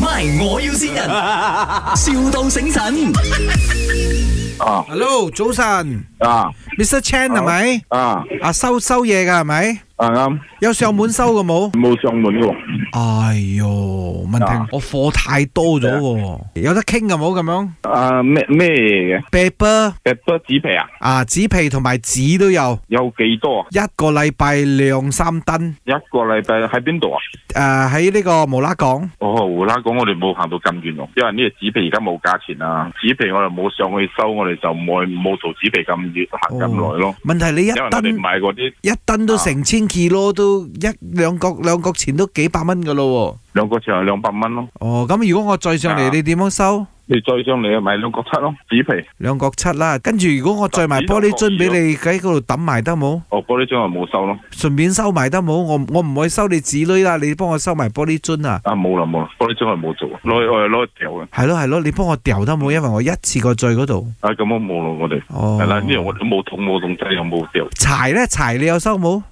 MY，我要先人，, 笑到醒神。啊 Hello，早晨啊，Mr. Chan 系咪？啊啊，收收嘢噶系咪？啊啱，有上門收嘅冇？冇上門嘅喎，哎哟，問啊題我貨太多咗喎，有得傾嘅冇咁樣啊咩咩嘢嘅？ ？paper 誒多紙皮啊，啊，紙皮同埋紙都有，有幾多啊？一個禮拜兩三噸。一個禮拜喺邊度啊？诶，喺呢個無啦港哦，胡啦講我哋冇行到咁遠喎，因為呢個紙皮而家冇價錢啊，紙皮我哋冇上去收，我哋就冇冇做紙皮咁遠行咁耐咯。問題哦你一因為我哋噸買嗰啲一噸都啊成千 k 咯，都一兩角兩角錢都幾百蚊噶咯兩個錢係兩百蚊咯，喎。哦，咁如果我再上嚟，啊你點樣收？你再上嚟咪兩個七咯，紙皮。兩角七啦，跟住如果我再埋玻璃樽俾你喺嗰度抌埋得冇？哦，玻璃樽又冇收咯，順便收埋得冇？我我唔會收你紙女啦，你幫我收埋玻璃樽啊！啊冇啦冇啦，玻璃樽係冇做，攞去我哋攞去掉嘅。係咯係咯，你幫我掉得嗯冇？因為我一次過醉嗰度。啊咁我冇咯，我哋哦，係啦，呢度我哋都冇桶冇桶仔又冇掉。 柴咧柴你有收冇？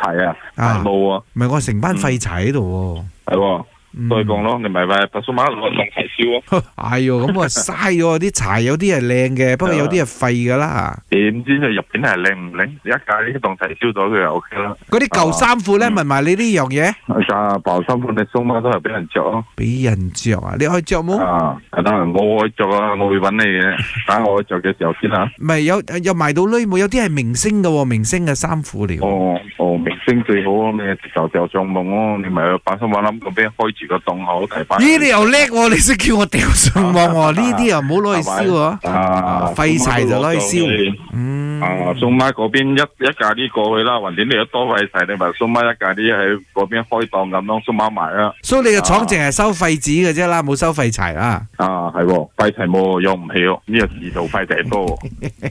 係啊，啊冇啊，唔係我成班廢柴喺度係喎，喎。再對講咯，你咪咪白數馬攞當柴燒啊？ 哎哟，咁我嘥咗啲柴，有啲係 靚啊嘅，不過有啲係廢噶啦。點知佢入邊係靚唔靚？一架呢當柴燒咗佢就 O K 啦。嗰啲舊衫褲咧，嗯問埋你呢樣嘢，啊，爆衫款你送媽都係俾人着咯。俾人着啊！你愛着冇？啊，係啦，我愛着啊，我會揾你嘅。等我愛着嘅時候先啦。唔係有有埋到女冇？有啲係明星嘅喎，明星嘅衫褲嚟喎。哦哦，明星最好啊，你直頭掉上網咯，你咪去白數馬諗咁俾人開住個檔口提翻。咦，你又叻喎！你識叫我掉上網喎？呢啲又唔好攞去燒啊！啊，廢柴就攞去燒。燒。嗯，啊，蘇媽嗰邊一一架啲過去啦，雲頂你都多廢晒，你咪蘇媽一架啲喺嗰邊開檔咁樣，蘇媽埋啦。所以你嘅廠淨係收廢紙嘅啫啦，冇收廢柴啦。啊，係喎，廢柴冇又唔起喎，呢個市道廢柴多。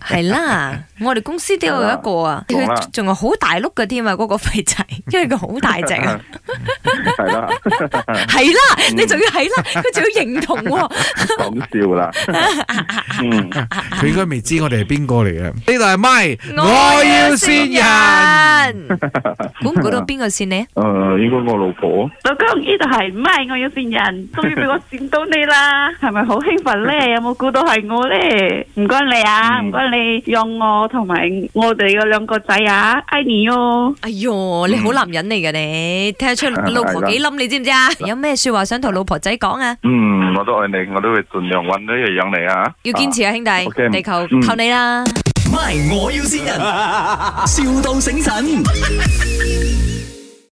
系啦，我哋公司都有一個啊，係啦佢仲係好大碌嘅添啊，嗰個廢仔， 因為佢好大隻啊， 係啦，係啦，你仲要係啦，佢仲要認同喎，講笑啦。嗯，佢應該未知我哋係邊個嚟嘅。呢度係咪？我我要要先人。人，估唔估到邊個先你？誒，啊呃應該我老婆。老公，呢度係唔係我要善人，終於俾我善到你啦， 係咪好興奮 咧？有冇估到係我咧？唔該你啊，嗯唔該你讓我同埋我哋嘅兩個仔啊，愛你哦。哎呦，你好男人嚟嘅你，睇得出老婆幾冧你知唔知啊？有咩说話想同老婆仔講啊？嗯，我都愛你，我都會盡量揾呢樣養你啊。要堅持啊，兄弟， OK，地球嗯靠你啦！ MY，我要先人，,笑到醒神。